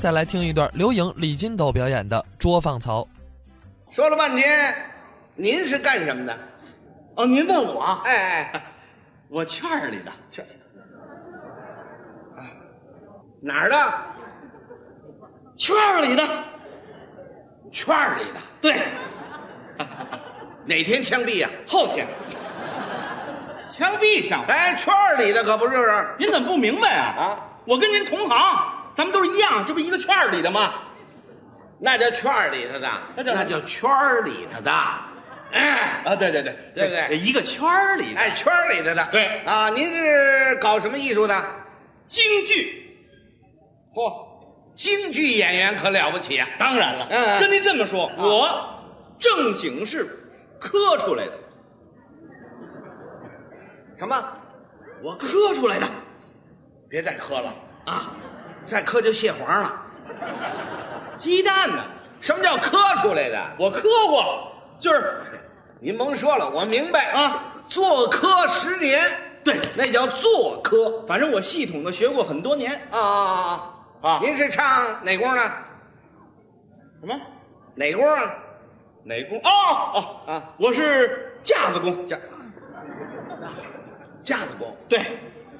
再来听一段刘颖、李金斗表演的《捉放曹》。说了半天，您是干什么的？哦，您问我啊，哎哎，我圈儿里的，这哪儿的？圈儿里的，圈儿里的。对，哪天枪毙啊呀、后天，枪毙上。哎，圈儿里的可不就是您怎么不明白啊？啊？我跟您同行，咱们都是一样，这不一个圈儿里的吗？那叫圈儿里头的，那叫什那么叫圈儿里头的。哎啊，对对对，对不对一个圈儿里的哎，圈儿里头的。对啊，您是搞什么艺术的？京剧，嚯、京剧演员可了不起啊！当然了，嗯嗯跟您这么说，我正经是磕出来的，什么？我磕出来的别再磕了，啊，再磕就蟹黄了。鸡蛋呢，什么叫磕出来的？我磕过，就是您甭说了，我明白啊。做科十年，对，那叫做科反正我系统的学过很多年啊啊啊啊！您是唱哪工呢？什么哪工啊？哪工？哦哦啊，我是架子工，架架子工，对，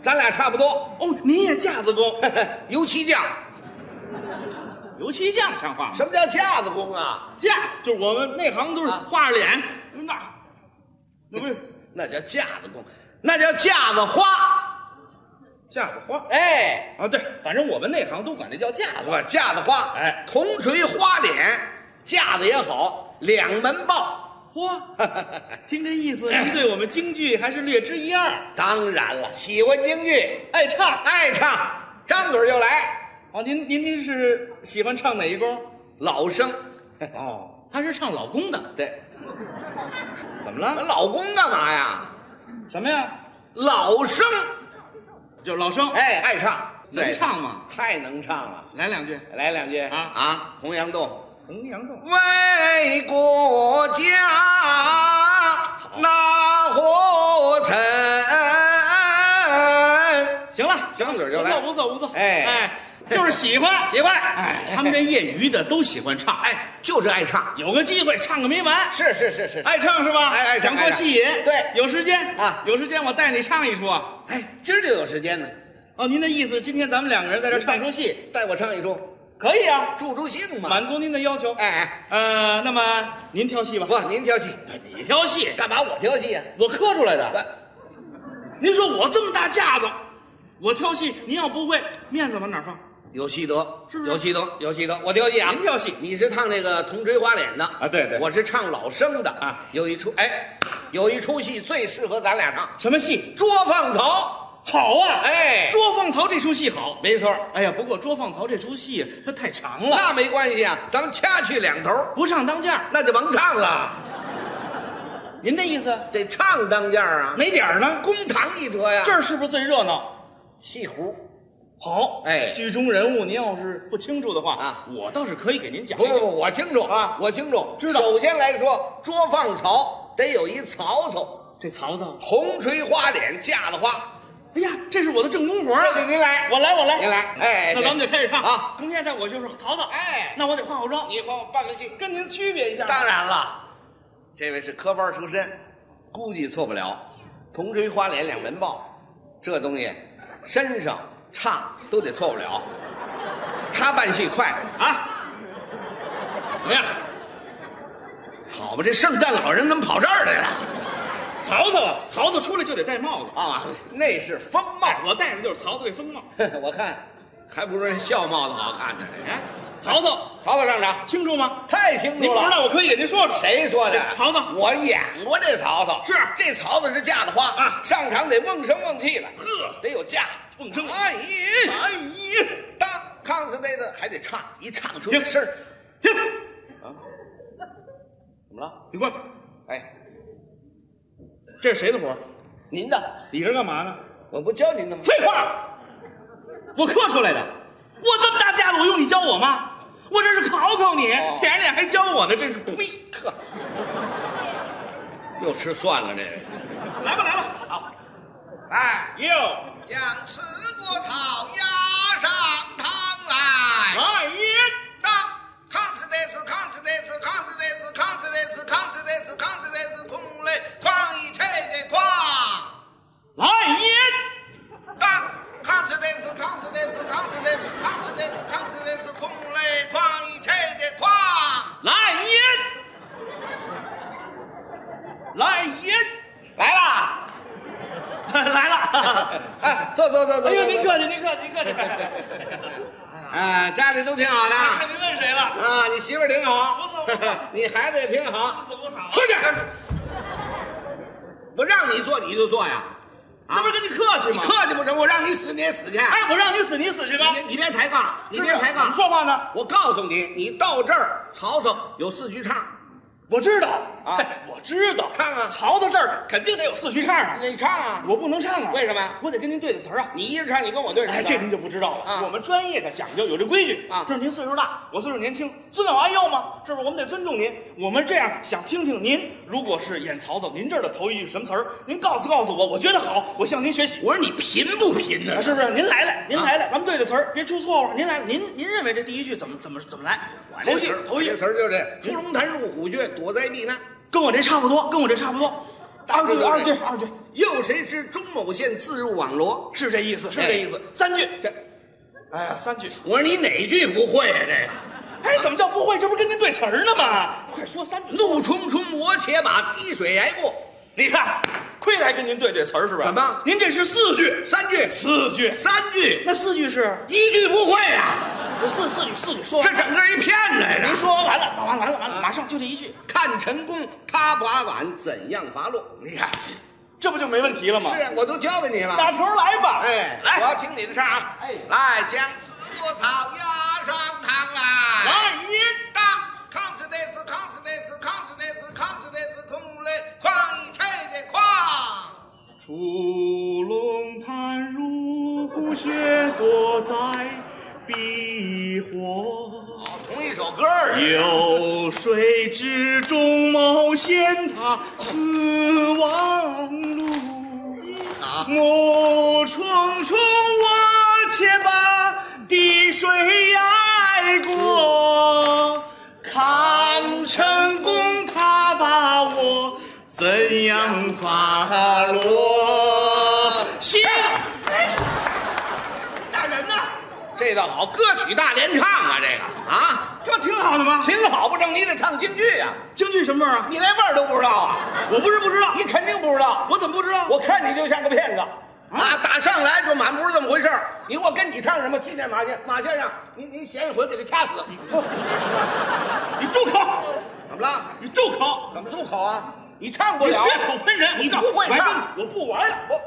咱俩差不多。哦，您也架子工，油漆匠，油漆匠像话吗？什么叫架子工啊？架就是我们内行都是啊画着脸，那那不是那叫架子工，那叫架子花。架子花哎，啊？对，反正我们内行都管这叫架子。我架子花，哎铜锤花脸，架子也好，两门抱。嚯， 听这意思，您对我们京剧还是略知一二，当然了，喜欢京剧，爱唱啊爱唱，张嘴就来，？哦您您您是喜欢唱哪一工？老生。 哦，他是唱老公的，对，怎么那了？老公干嘛呀？什么呀？老生，就老生，，哎，爱唱，能对唱吗？太能唱了。来两句来两句啊啊！洪阳洞， 《红阳洞为国家哪何曾？》。行了，张嘴就不来错，不错，不错。哎哎，就是喜欢，喜欢哎，他们这业余的都喜欢唱，哎，哎，就是爱唱，有个机会唱个没完。是是是是。爱唱是吧？哎爱唱想过戏瘾爱。唱对有时间啊有时间我带你唱一出。哦，哎，今儿就有时间呢，您的意思是今天咱们两个人在这儿唱出戏，带我唱一出，可以啊，助助兴嘛。满足您的要求。哎，哎，呃，那么您挑戏吧。不，您挑戏，哎你挑戏，干嘛我挑戏呀？我磕出来不的。哎您说我这么大架子，我挑戏，您要不会，面子往哪儿放？有戏德，是不是有戏德，有戏德。我挑戏啊，您挑戏你是唱那个铜锤花脸的啊对对我是唱老生的啊。有一出，哎，有一出戏最适合咱俩唱，什么戏？ 《捉放曹好啊！哎捉放曹这出戏好》。。没错，哎呀，不过捉放曹这出戏它太长了，那没关系啊，咱们掐去两头，不上当件儿。那就甭唱了，您的意思得唱当家啊。哪点儿呢？公堂一折呀，这儿是不是最热闹？戏胡。好，哎剧中人物您要是不清楚的话啊，我倒是可以给您讲一不不讲。不，我清楚啊我清楚，知道首先来说，捉放曹得有一曹操，这曹操，铜锤花脸，架子花。哎呀，这是我的正宫活儿这得啊！您来，我来，我来，您来哎那对咱们就开始唱啊！从现在我就是曹操，哎那我得化好妆，你和我办办戏。跟您区别一下。当然了，这位是科班出身，估计错不了。铜锤花脸两门豹，这东西身上唱都得错不了。他办戏快啊，怎么样？好吧，这圣诞老人怎么跑这儿来了？ 曹操啊，曹操出来就得戴帽子啊，那是风帽，哎我戴的就是曹操这风帽。我看还不如人笑帽子好看呢。哎，曹操曹操上场，清楚吗？太清您楚不知了。道，我可以给您说说。谁说的？这曹操我演过这曹操。是这曹操是架子花啊上场得瓮声瓮气的，呵得有架子。瓮声哎咦，哎呀，当康斯那的还得唱，一唱出这停声儿停！怎么了？你过来，哎，这是谁的活儿？您的，你这干嘛呢？我不教您的吗？废话，我刻出来的。我这么大架子，我用你教我吗？我这是考考你，哦舔着脸还教我呢，真是呸！呵，又吃蒜了这个。来吧，来吧，哦好，哎，哟，将吃过草，压上堂来。哎啊啊 哎哎啊，家里都挺好的看哎您问谁了？啊，你媳妇儿挺好不错不错， 你孩子也挺好。怎么好啊？出去！我让你做你就做呀，啊那不是跟你客气你吗？客气不成？我让你死你也死去。哎，我让你死，你死去吧！你你别抬杠，啊你别是不是抬杠你。说话呢？我告诉你，你到这儿，曹操有四句唱，我知道啊哎我知道。唱啊曹操这儿肯定得有四句唱啊，你唱啊。我不能唱啊。为什么呀我得跟您对对词儿啊。你一直唱，你跟我对着唱。哎，这您就不知道了。啊我们专业的讲究有这规矩啊这是您岁数大，我岁数年轻，尊老爱幼嘛，是不是？我们得尊重您。我们这样想听听您，如果是演曹操，您这儿的头一句是什么词儿？您告诉告诉我，我觉得好，我向您学习。我说你贫不贫呢啊，？是不是？您来来，您啊来来，咱们对对词儿，别出错误。您来，您您认为这第一句怎么怎么怎么来？头头嗯一句一头一句这词儿就这：出龙潭入虎穴，躲灾避难。跟我这差不多，跟我这差不多。大二概句就是二句这二句又谁知中某县自入网罗？是这意思，是哎啊这意思。三句，这，哎呀，三句。我说你哪句不会啊？这个。哎，怎么叫不会？这不是跟您对词儿呢吗？快说三句。怒冲冲，我且把滴水挨过。你看，亏得还跟您对对词儿是吧？怎么您这是四句，三句，四句，三句，那四句是？一句不会啊！我四四句，四句说这完了。整个一骗子呀！您说完了，完了完了完了，马上就这一句。看陈宫他把碗怎样罚落？你看，这不就没问题了吗？是啊，我都教给你了。打头来吧。哎，来，我要听你的事儿啊！哎来，将刺多草压上堂来。来一当康斯内斯，康斯内斯，康斯内斯，康斯内斯，空嘞，哐一拆这哐。出龙潭入虎穴，躲灾避祸。同一首歌儿有谁知中某县，他此王路。啊暮重重，我且把滴水挨过。看成功，他把我怎样发落？行，打人呐！这倒好，歌曲大联唱啊，这个啊，这挺好的吗？挺好不正，你得唱京剧啊，京剧什么味儿啊？你连味儿都不知道啊？我不是不知道你，肯定不知道，我怎么不知道？我看你就像个骗子啊！打上来就满不是这么回事儿。你我跟你唱什么？听见马先马先生，您您闲一回给他掐死。你住口！怎么了？你住口！怎么住口啊？你唱不你了，血口喷人！你我告不会我跟唱你我不玩了，我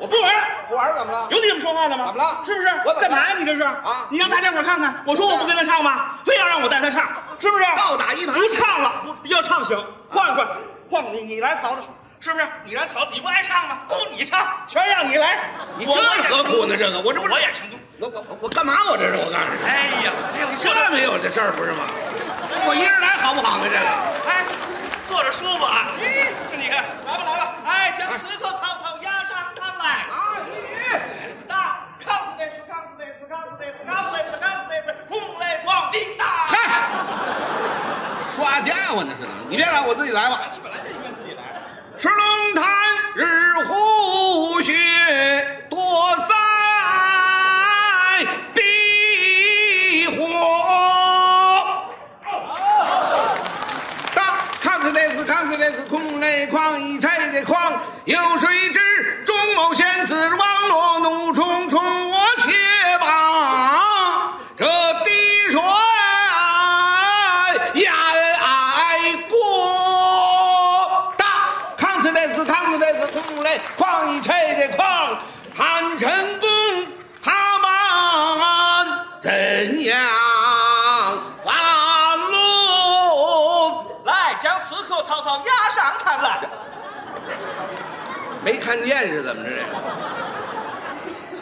我不玩了。不玩儿怎么了？有你这么说话的吗？怎么了是不是？我怎么了干嘛呀？你这是啊你让大家伙儿看看，我说我不跟他唱吗？非要让我带他唱，是不是？倒打一耙不唱了，不要唱行，换换换，你你来曹操，是不是？你来曹，你不爱唱吗？都你唱，全让你来，你我这我也何成功苦呢？这个我这不是我也成功。我我我我干嘛？我这是我告诉你，哎呀，哎呀，这没有这事儿不是吗？我一人来好不好啊呢？这个哎，坐着舒服啊！你看，来吧来吧，哎，将石头草草压上炕来。啊，一大炕是得是炕是得是炕是得是炕是得是炕是得是，红来往叮当。嗨，耍家伙那是怎么？你别来，我自己来吧。你本来就应该自己来。赤龙潭日虎穴，多灾避祸。当看似得死，看似得死，空垒狂一拆的狂，有谁知中某仙子王罗怒冲冲，我且把这滴水呀挨过。当看似得死，看似得死，空垒狂一拆的狂，汉成功他们怎样发落？来，将石头草草压上炕来。没看见是怎么着？这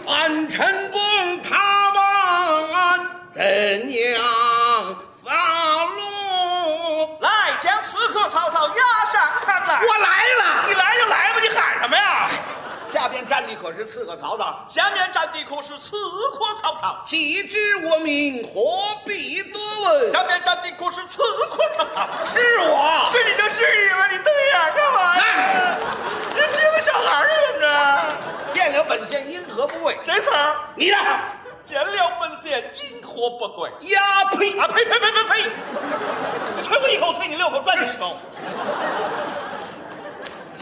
个安陈公他们怎样发落？来，将石头草草压上炕来。我来你了，来就来吧，你喊什么呀？下边站的可是刺客曹操。下面站的可是刺客曹操，岂知我名，何必多问？下面站的可是刺客曹操。是我，是你就是你吧，你瞪眼干嘛呀哎？你欺负小孩儿是怎么着？见了本县因何不畏？谁词儿？你的见了本县因何不跪？呀呸！啊呸呸呸呸呸！你捶我一口，捶你六口，拽你十口。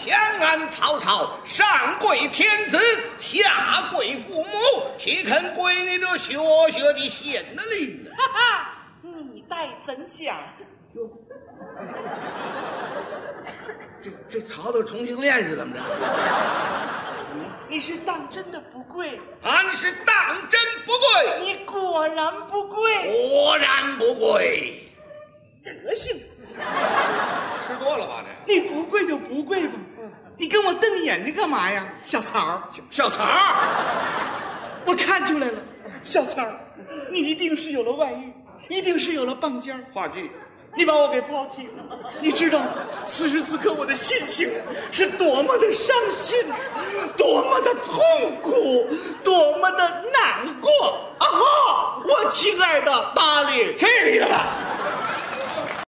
偏安曹操，上跪天子，下跪父母，岂肯跪你这学学的县令呢？哈哈，你待怎讲？这这曹操同性恋是怎么着？你是当真的不跪，俺是当真不跪，你果然不跪，果然不跪。德行！吃多了吧这？你不跪就不跪吧，你跟我瞪眼睛干嘛呀，小曹儿？小曹儿，我看出来了，小曹儿，你一定是有了外遇，一定是有了棒尖儿。话剧你把我给抛弃了，你知道此时此刻我的心情是多么的伤心，多么的痛苦，多么的难过啊哈！我亲爱的巴黎，这里的吧？